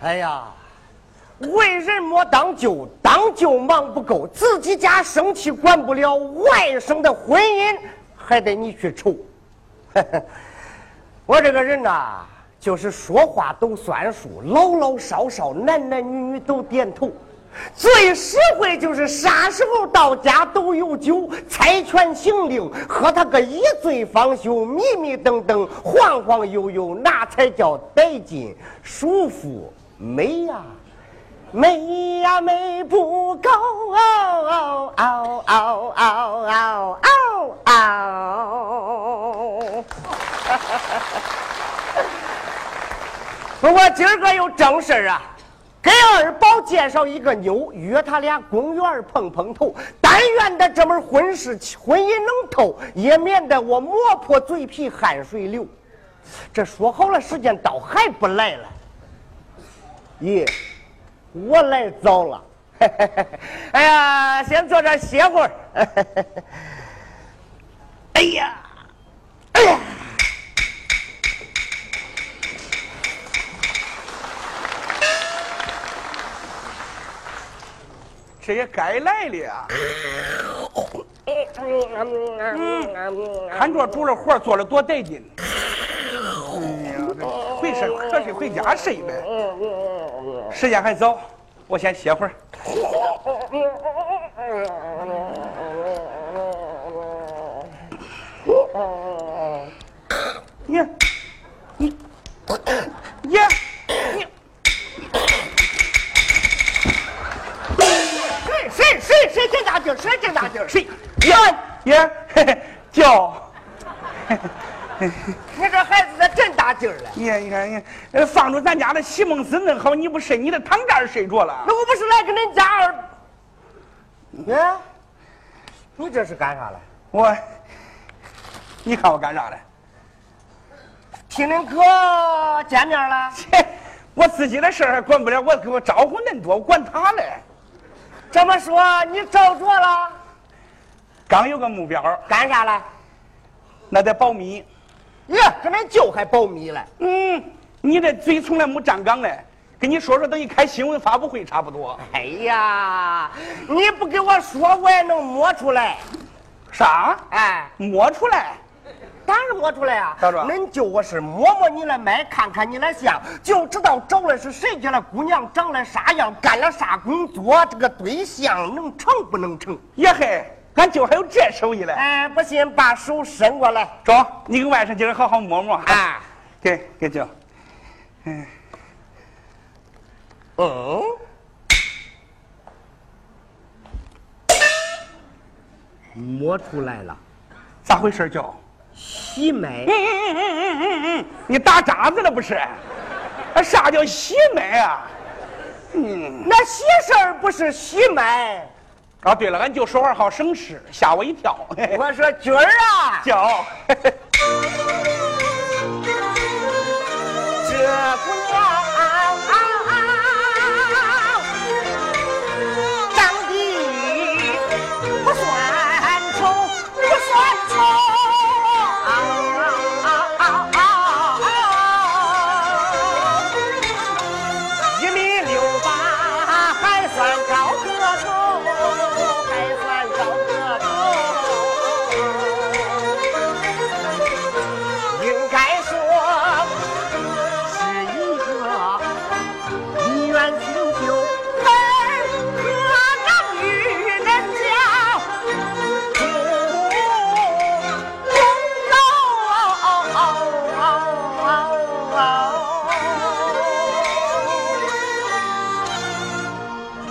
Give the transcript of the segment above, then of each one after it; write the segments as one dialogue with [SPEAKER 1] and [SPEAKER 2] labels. [SPEAKER 1] 哎呀，为人莫当舅，当舅忙不够，自己家生气管不了，外甥的婚姻还得你去愁。我这个人呐、就是说话都算数，老老少少、男男女女都点头。最实惠就是啥时候到家都有酒，猜拳行令，喝他个一醉方休，迷迷瞪瞪，晃晃悠悠，那才叫得劲、舒服、美呀、美呀、美不够，嗷嗷嗷嗷嗷嗷嗷。不过今儿个有正事儿啊，给二宝介绍一个妞，约他俩公园碰碰头。但愿的这门婚事婚姻能透，也免得我磨破嘴皮汗水流。这说好了时间到还不来了，咦，我来早了。 哎呀，先坐这儿歇会儿。哎呀，哎呀。
[SPEAKER 2] 这也该来了呀！看这主了活儿做的多带劲！哎呀这回身瞌睡回家睡呗。时间还早，我先歇会儿。你，你，你，你，
[SPEAKER 1] 谁谁谁谁正大劲儿？谁正大劲儿？谁？
[SPEAKER 2] 爷爷，嘿嘿叫。
[SPEAKER 1] 你这孩子咋真大劲儿了？
[SPEAKER 2] 你看，你看，你看，呃放着咱家的席梦思弄好，你不睡你的躺这儿睡着了。
[SPEAKER 1] 那我不是来跟恁家二？哎，你这是干啥来？
[SPEAKER 2] 我，你看我干啥嘞？
[SPEAKER 1] 替恁哥见面了？
[SPEAKER 2] 切，我自己的事儿还管不了，我给我招呼恁多，我管他嘞。
[SPEAKER 1] 这么说你找着了？
[SPEAKER 2] 刚有个目标，
[SPEAKER 1] 干啥了？
[SPEAKER 2] 那得保密。
[SPEAKER 1] 耶，跟恁舅还保密了？
[SPEAKER 2] 嗯，你这嘴从来没站岗嘞，跟你说说，等于开新闻发布会差不多。
[SPEAKER 1] 哎呀，你不给我说，我也能摸出来。
[SPEAKER 2] 啥？
[SPEAKER 1] 哎，
[SPEAKER 2] 摸出来？
[SPEAKER 1] 当然摸出来啊！
[SPEAKER 2] 大壮
[SPEAKER 1] 恁舅我是摸摸你的脉，看看你的相，就知道找的是谁家的姑娘，长得啥样，干了啥工作，这个对象能成不能成？
[SPEAKER 2] 耶嘿，俺舅还有这手艺嘞。
[SPEAKER 1] 哎，不信把手伸过来。
[SPEAKER 2] 中，你给外甥今儿好好摸摸。啊，
[SPEAKER 1] 啊，
[SPEAKER 2] 给给舅。
[SPEAKER 1] 嗯，摸出来了，
[SPEAKER 2] 咋回事，舅？
[SPEAKER 1] 喜脉
[SPEAKER 2] 嗯嗯嗯嗯嗯嗯， 你打渣子了不是？啊，啥叫喜脉啊？
[SPEAKER 1] 那喜事儿不是喜脉。
[SPEAKER 2] 啊，对了，俺舅说话好省事，吓我一跳。
[SPEAKER 1] 我说军儿啊，
[SPEAKER 2] 舅，
[SPEAKER 1] 这姑娘长得不算丑，不算丑。一米六八还算高个头，还算高个头。应该说是一个一元清秀、很可长与人家不公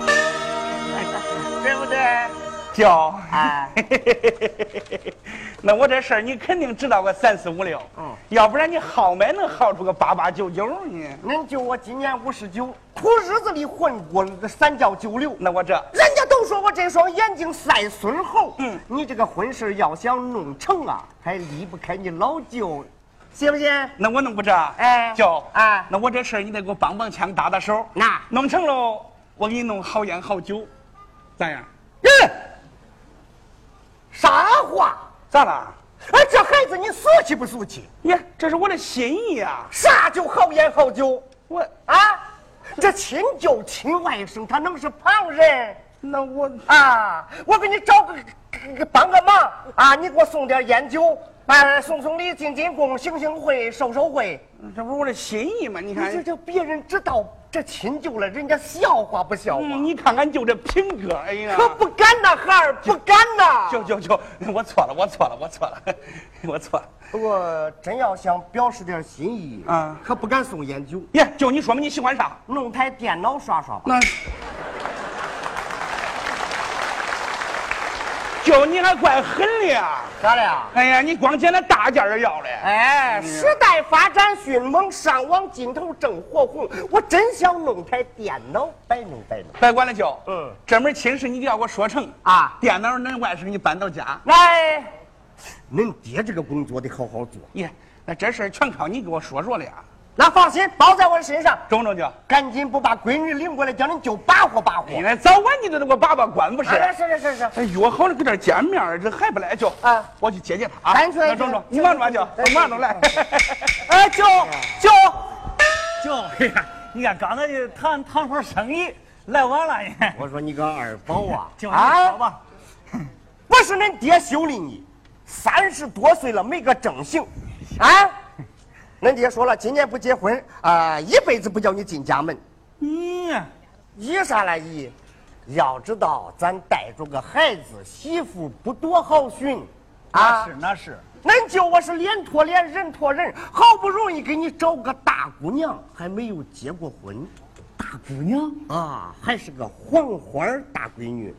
[SPEAKER 1] 道，对不对？
[SPEAKER 2] 舅，
[SPEAKER 1] 哎，
[SPEAKER 2] 那我这事儿你肯定知道个三四五六。
[SPEAKER 1] 嗯
[SPEAKER 2] 要不然你号脉能号出个八八九九呢？
[SPEAKER 1] 恁就我今年五十九，苦日子里混过三教九流。
[SPEAKER 2] 那我这
[SPEAKER 1] 人家都说我这双眼睛赛孙猴。
[SPEAKER 2] 嗯
[SPEAKER 1] 你这个婚事要想弄成啊，还离不开你老舅，信不信？
[SPEAKER 2] 那我能不这？
[SPEAKER 1] 哎
[SPEAKER 2] 舅，
[SPEAKER 1] 哎
[SPEAKER 2] 那我这事儿你得给我帮帮腔，搭搭手。
[SPEAKER 1] 那
[SPEAKER 2] 弄成喽，我给你弄好烟好酒，咋样？
[SPEAKER 1] 嗯，啥话？
[SPEAKER 2] 咋了？
[SPEAKER 1] 哎，这孩子你俗气不俗气？
[SPEAKER 2] 呀，这是我的心意呀、
[SPEAKER 1] 啥叫好烟好酒
[SPEAKER 2] 啊我
[SPEAKER 1] 啊？这亲舅亲外甥，他能是旁人
[SPEAKER 2] 那我
[SPEAKER 1] 啊？我给你找个个个帮个忙啊！你给我送点烟酒，哎，送送礼，进进贡，行行贿，收收贿。
[SPEAKER 2] 这不是我的心意吗？你
[SPEAKER 1] 你这
[SPEAKER 2] 看，
[SPEAKER 1] 这别人知道这亲舅了，人家笑话不笑话？
[SPEAKER 2] 嗯，你看看就这品格，哎呀，
[SPEAKER 1] 可不敢呐，孩儿不敢呐！
[SPEAKER 2] 就就就，我错了，我错了，我错了， 我错了。
[SPEAKER 1] 不过真要想表示点心意
[SPEAKER 2] 啊
[SPEAKER 1] 可不敢送烟酒，
[SPEAKER 2] 耶，就你说明你喜欢啥？
[SPEAKER 1] 弄台电脑刷刷吧。
[SPEAKER 2] 那，就你还怪狠的呀！
[SPEAKER 1] 咋的呀？
[SPEAKER 2] 哎呀，你光捡那大件儿要嘞。
[SPEAKER 1] 哎，
[SPEAKER 2] 嗯
[SPEAKER 1] 时代发展迅猛，上网劲头正火红，我真想弄台电脑摆弄摆弄。
[SPEAKER 2] 别管了，就
[SPEAKER 1] 嗯，
[SPEAKER 2] 这门亲事你得要给我说成
[SPEAKER 1] 啊
[SPEAKER 2] 电脑恁外甥给你搬到家。
[SPEAKER 1] 哎，恁爹这个工作得好好做。
[SPEAKER 2] 耶，那这事儿全靠你给我说说了呀，
[SPEAKER 1] 那放心，包在我身上，
[SPEAKER 2] 中不中就？
[SPEAKER 1] 赶紧不把闺女领过来，叫恁舅把活把
[SPEAKER 2] 你
[SPEAKER 1] 活。
[SPEAKER 2] 那早晚你都得给我把把关，哎不是？
[SPEAKER 1] 哎，是是是是，
[SPEAKER 2] 哎，约好了搁这儿见面儿，这还不来就？
[SPEAKER 1] 啊
[SPEAKER 2] 我去接接他啊。
[SPEAKER 1] 咱去
[SPEAKER 2] 那中中，你忙着吧就，我忙着来。
[SPEAKER 1] 哎，舅舅，
[SPEAKER 3] 就哎呀，你看刚才就谈谈会儿生意，来晚了也。
[SPEAKER 1] 我说你个二宝啊，
[SPEAKER 3] 就你
[SPEAKER 1] 啊
[SPEAKER 3] 说，吧，
[SPEAKER 1] 不是恁爹修理你，三十多岁了没个正形，啊！ 恁爹说了，今年不结婚啊、一辈子不叫你进家门。
[SPEAKER 3] 你呀
[SPEAKER 1] 依啥来依？要知道咱带着个孩子，媳妇不多好寻
[SPEAKER 3] 那
[SPEAKER 1] 啊
[SPEAKER 3] 是。那是，
[SPEAKER 1] 恁舅我是脸托脸，人托人，好不容易给你找个大姑娘，还没有结过婚
[SPEAKER 3] 大姑娘，
[SPEAKER 1] 啊，还是个黄花儿大闺女，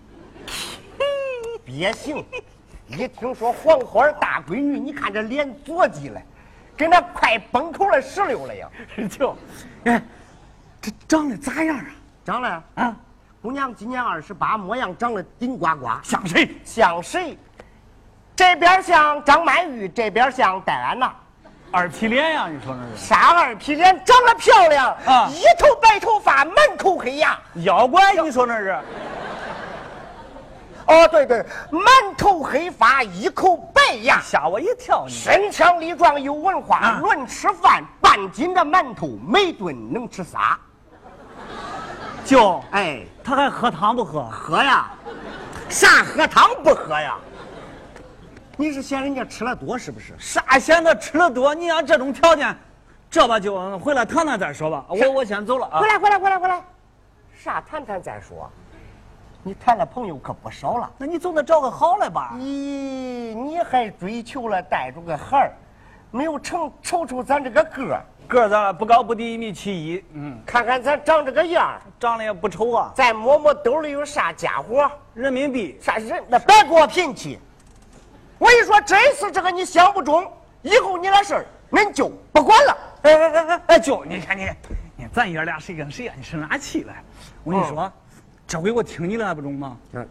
[SPEAKER 1] 别行！一听说黄花儿大闺女，你看这脸着急了，跟那快崩口了石榴了呀！
[SPEAKER 3] 就，哎，这长得咋样啊？
[SPEAKER 1] 长了呀，
[SPEAKER 3] 啊，
[SPEAKER 1] 姑娘今年二十八，模样长得顶呱呱。
[SPEAKER 3] 像谁？
[SPEAKER 1] 像谁？这边像张曼玉，这边像戴安娜。
[SPEAKER 3] 二皮脸啊呀？你说那是？
[SPEAKER 1] 啥二皮脸，长得漂亮
[SPEAKER 3] 啊
[SPEAKER 1] 一头白头发，满口黑牙。
[SPEAKER 3] 妖怪？你说那是？
[SPEAKER 1] 哦，对对，满头黑发，一口白牙，
[SPEAKER 3] 吓我一跳！你
[SPEAKER 1] 身强力壮，有文化，
[SPEAKER 3] 啊
[SPEAKER 1] 论吃饭，半斤的馒头，每顿能吃仨。
[SPEAKER 3] 就，
[SPEAKER 1] 哎，
[SPEAKER 3] 他还喝汤不喝？
[SPEAKER 1] 喝呀，啥喝汤不喝呀？你是嫌人家吃的多是不是？
[SPEAKER 3] 啥嫌他吃的多？你要这种条件，这吧就嗯回来谈谈再说吧。 我我先走了啊
[SPEAKER 1] 回。来，回来，回来，回来，啥谈谈再说。你谈了朋友可不少了。
[SPEAKER 3] 那你总得找个好来吧？
[SPEAKER 1] 咦，你还追求了带着个孩儿，没有成瞅瞅咱这个个儿，
[SPEAKER 3] 个儿咱不高不低一米七一，嗯，
[SPEAKER 1] 看看咱长这个样儿，
[SPEAKER 3] 长得也不丑啊。
[SPEAKER 1] 再摸摸兜里有啥家伙，
[SPEAKER 3] 人民币
[SPEAKER 1] 啥人，那别给我贫气。我一说这次这个你想不中，以后你的事儿恁就不管了。
[SPEAKER 3] 哎哎哎哎哎，就你看你，你咱爷俩谁跟谁呀、你生啥气了？我跟你说，这回我听你的还不中吗？
[SPEAKER 1] 嗯，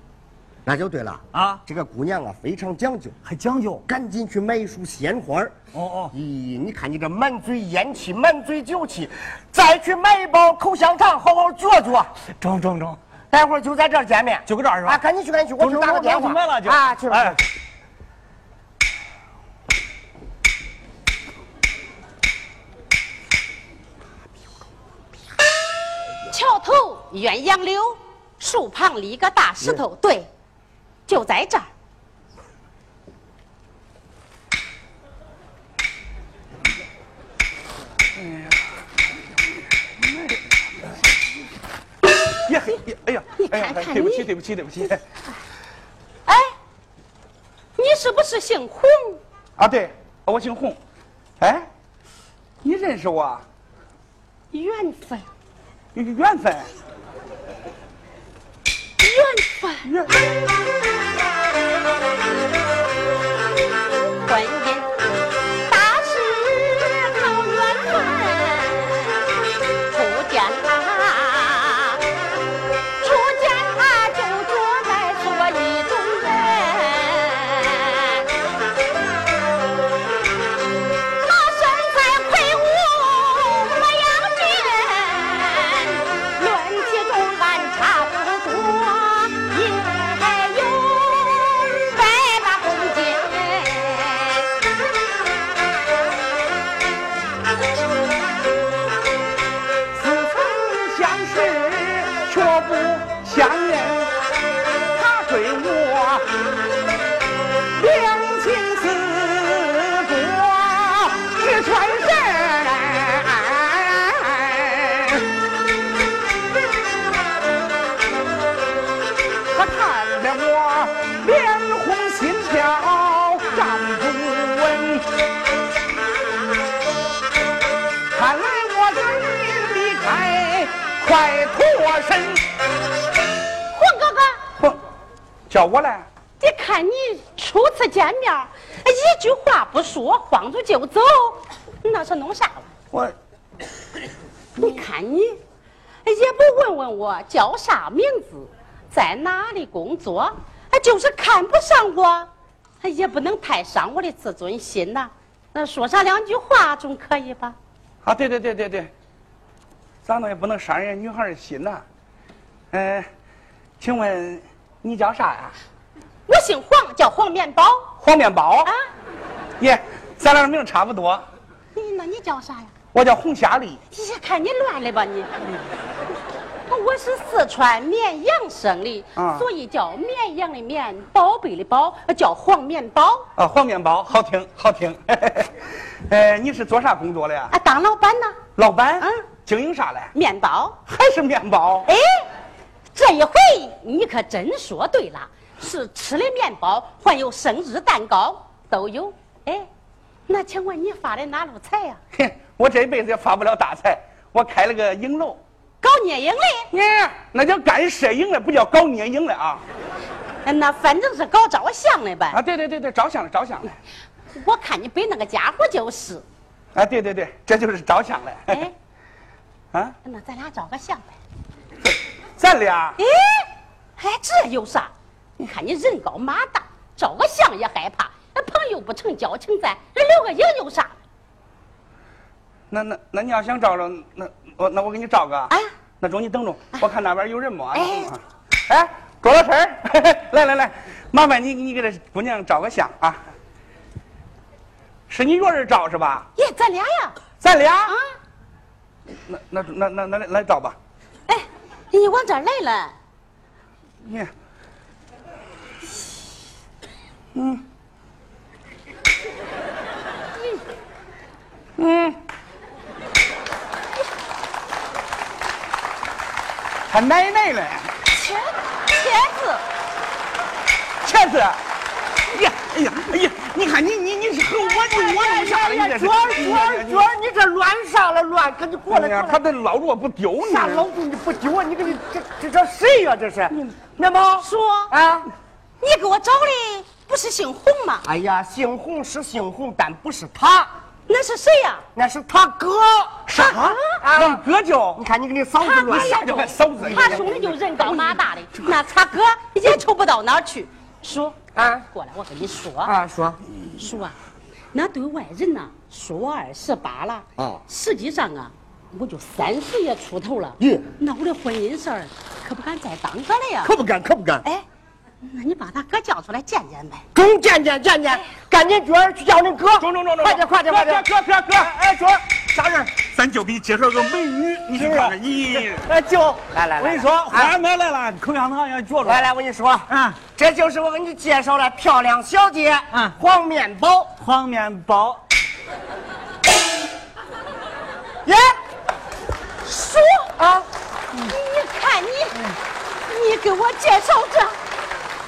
[SPEAKER 1] 那就对了
[SPEAKER 3] 啊
[SPEAKER 1] 这个姑娘啊非常讲究，
[SPEAKER 3] 还讲究？
[SPEAKER 1] 赶紧去买一束鲜花儿。
[SPEAKER 3] 哦哦，
[SPEAKER 1] 咦，你看你这满嘴烟气，满嘴酒气，再去买一包口香糖，好好啊嚼嚼。
[SPEAKER 3] 中中中，
[SPEAKER 1] 待会儿就在这儿见面，
[SPEAKER 3] 就搁这儿是吧
[SPEAKER 1] 啊，赶紧去，赶紧去，我去
[SPEAKER 3] 中
[SPEAKER 1] 打个电
[SPEAKER 3] 我
[SPEAKER 1] 话。
[SPEAKER 3] 明白了就
[SPEAKER 1] 啊，去吧。
[SPEAKER 3] 哎
[SPEAKER 1] 去吧
[SPEAKER 4] 桥头鸳鸯柳，树旁立个大石头，对，就在这儿。
[SPEAKER 2] 呀嘿，呀哎呀
[SPEAKER 4] 你，
[SPEAKER 2] 哎呀
[SPEAKER 4] 看，看
[SPEAKER 2] 对不起，
[SPEAKER 4] 你
[SPEAKER 2] 对不起，对不起。
[SPEAKER 4] 哎，你是不是姓洪？
[SPEAKER 2] 啊，对，我姓洪。哎，你认识我？啊？
[SPEAKER 4] 缘分，
[SPEAKER 2] 有缘分。
[SPEAKER 4] 缘分，
[SPEAKER 2] 缘
[SPEAKER 4] 婚姻大事靠缘分，初见他，初见他就觉得是我意中人。他身材魁梧，模样俊，论起重俺差不多，应该有百把公
[SPEAKER 2] 脱身。
[SPEAKER 4] 霍哥哥，
[SPEAKER 2] 嚯，叫我来？
[SPEAKER 4] 你看你初次见面，哎一句话不说，晃着就走，那是弄啥了？
[SPEAKER 2] 我
[SPEAKER 4] 你看你，哎也不问问我叫啥名字，在哪里工作，哎，就是看不上我，哎也不能太伤我的自尊心呐、那说上两句话总可以吧？
[SPEAKER 2] 啊，对对对对对，咱们也不能伤人家女孩的心呐。嗯、请问你叫啥呀？
[SPEAKER 4] 我姓黄，叫黄面包
[SPEAKER 2] 黄面包
[SPEAKER 4] 啊。
[SPEAKER 2] 耶，咱俩名差不多。
[SPEAKER 4] 你那你叫啥呀？
[SPEAKER 2] 我叫红霞丽。
[SPEAKER 4] 你呀看你乱了吧你！我是四川绵阳生的，
[SPEAKER 2] 啊
[SPEAKER 4] 所以叫绵阳的绵，宝贝的宝，叫黄面包
[SPEAKER 2] 啊，黄面包，好听，好听。 呃，你是做啥工作的呀？
[SPEAKER 4] 啊，当老板呢，
[SPEAKER 2] 老板，
[SPEAKER 4] 嗯
[SPEAKER 2] 经营啥嘞？
[SPEAKER 4] 面包。
[SPEAKER 2] 还是面包？
[SPEAKER 4] 哎，这一回你可真说对了，是吃的面包，还有生日蛋糕都有。哎，那请问你发的哪路财呀、
[SPEAKER 2] 嘿，我这辈子也发不了大财，我开了个影楼，
[SPEAKER 4] 搞聂营的，
[SPEAKER 2] 耶、那叫干摄影了，不叫搞捏影了啊！
[SPEAKER 4] 哎那反正是搞照相的呗。
[SPEAKER 2] 啊，对对对对，照相了，照相了。
[SPEAKER 4] 我看你背那个家伙就是。
[SPEAKER 2] 啊，对对对，这就是照相了。
[SPEAKER 4] 哎，
[SPEAKER 2] 啊，
[SPEAKER 4] 那咱俩照个相呗。
[SPEAKER 2] 咱俩
[SPEAKER 4] 哎，哎，这有啥？你看你人高马大，照个相也害怕，那朋友不成交情在，那留个影有啥？
[SPEAKER 2] 那那那你要想照着，那我那我给你照个啊
[SPEAKER 4] 啊
[SPEAKER 2] 那中你等着，我看那边有人不啊？
[SPEAKER 4] 哎
[SPEAKER 2] 你等着啊哎，郭老师 儿，来来来，麻烦你你给这姑娘照个相啊。是你一个人照是吧？
[SPEAKER 4] 耶，咱俩呀，
[SPEAKER 2] 咱俩
[SPEAKER 4] 啊，
[SPEAKER 2] 那那那那那来来照吧。
[SPEAKER 4] 哎，你往这儿来了。
[SPEAKER 2] 你，嗯，嗯，他奶奶嘞！
[SPEAKER 4] 茄茄子，
[SPEAKER 2] 茄子，哎呀哎呀哎呀！你看你你你是和我你哎我弄啥了？你这是
[SPEAKER 1] 娟哎儿娟儿娟儿，你这乱啥了乱？赶紧过来
[SPEAKER 2] 哎呀
[SPEAKER 1] 过来
[SPEAKER 2] 他！这老弱不丢你。
[SPEAKER 1] 啥老公你不丢啊？你给你这这这谁呀、这是面包
[SPEAKER 4] 嗯说
[SPEAKER 1] 啊！
[SPEAKER 4] 你给我找的不是姓洪吗？
[SPEAKER 1] 哎呀，姓洪是姓洪，但不是他，
[SPEAKER 4] 那是谁呀、
[SPEAKER 1] 那是他哥。啊
[SPEAKER 2] 啥？俺哥叫
[SPEAKER 1] 你看你给你嫂子
[SPEAKER 4] 他
[SPEAKER 1] 乱
[SPEAKER 4] 哥
[SPEAKER 2] 哎你吓着俺嫂子
[SPEAKER 4] 他兄弟就人高马
[SPEAKER 2] 哎
[SPEAKER 4] 大的，那他哥也瞅不到哪儿去。叔
[SPEAKER 1] 啊
[SPEAKER 4] 过来，我跟你说，
[SPEAKER 1] 啊！说
[SPEAKER 4] 叔啊，那对外人呐，说我二十八了，
[SPEAKER 1] 啊
[SPEAKER 4] 实际上啊，我就三十也出头了。
[SPEAKER 1] 咦
[SPEAKER 4] 那我的婚姻事儿可不敢再当着了呀。
[SPEAKER 1] 可不敢，可不敢。
[SPEAKER 4] 哎，那你把他哥叫出来见见呗。
[SPEAKER 1] 中见见见
[SPEAKER 4] 哎
[SPEAKER 1] 见，赶紧娟儿去叫恁哥。
[SPEAKER 2] 中中中中，
[SPEAKER 1] 快点快点快点！
[SPEAKER 2] 哥哥哥哥，哎，说
[SPEAKER 3] 啥人？咱就给你介绍个美女，你去看看。咦，
[SPEAKER 1] 哎，就来来来，
[SPEAKER 3] 我跟你说，
[SPEAKER 1] 啊
[SPEAKER 3] 花买来了，口香糖也嚼着。
[SPEAKER 1] 来来，我跟你说，
[SPEAKER 3] 嗯，
[SPEAKER 1] 这就是我给你介绍的漂亮小姐，
[SPEAKER 3] 嗯
[SPEAKER 1] 黄面包。
[SPEAKER 3] 黄面包，
[SPEAKER 1] 耶，
[SPEAKER 4] 叔
[SPEAKER 1] 啊，
[SPEAKER 4] 你看你，你给我介绍这，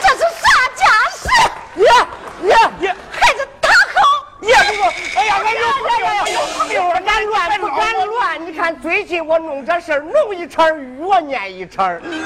[SPEAKER 4] 这是啥家世？
[SPEAKER 1] 耶耶
[SPEAKER 2] 也
[SPEAKER 4] 还是他好？
[SPEAKER 2] 也不错。哎呀，俺有朋友，俺有
[SPEAKER 1] 哎
[SPEAKER 2] 朋
[SPEAKER 1] 呦
[SPEAKER 2] 友，，
[SPEAKER 1] 俺乱不敢乱？你看最近我弄这事儿，弄一茬儿，越念一茬儿。
[SPEAKER 2] 你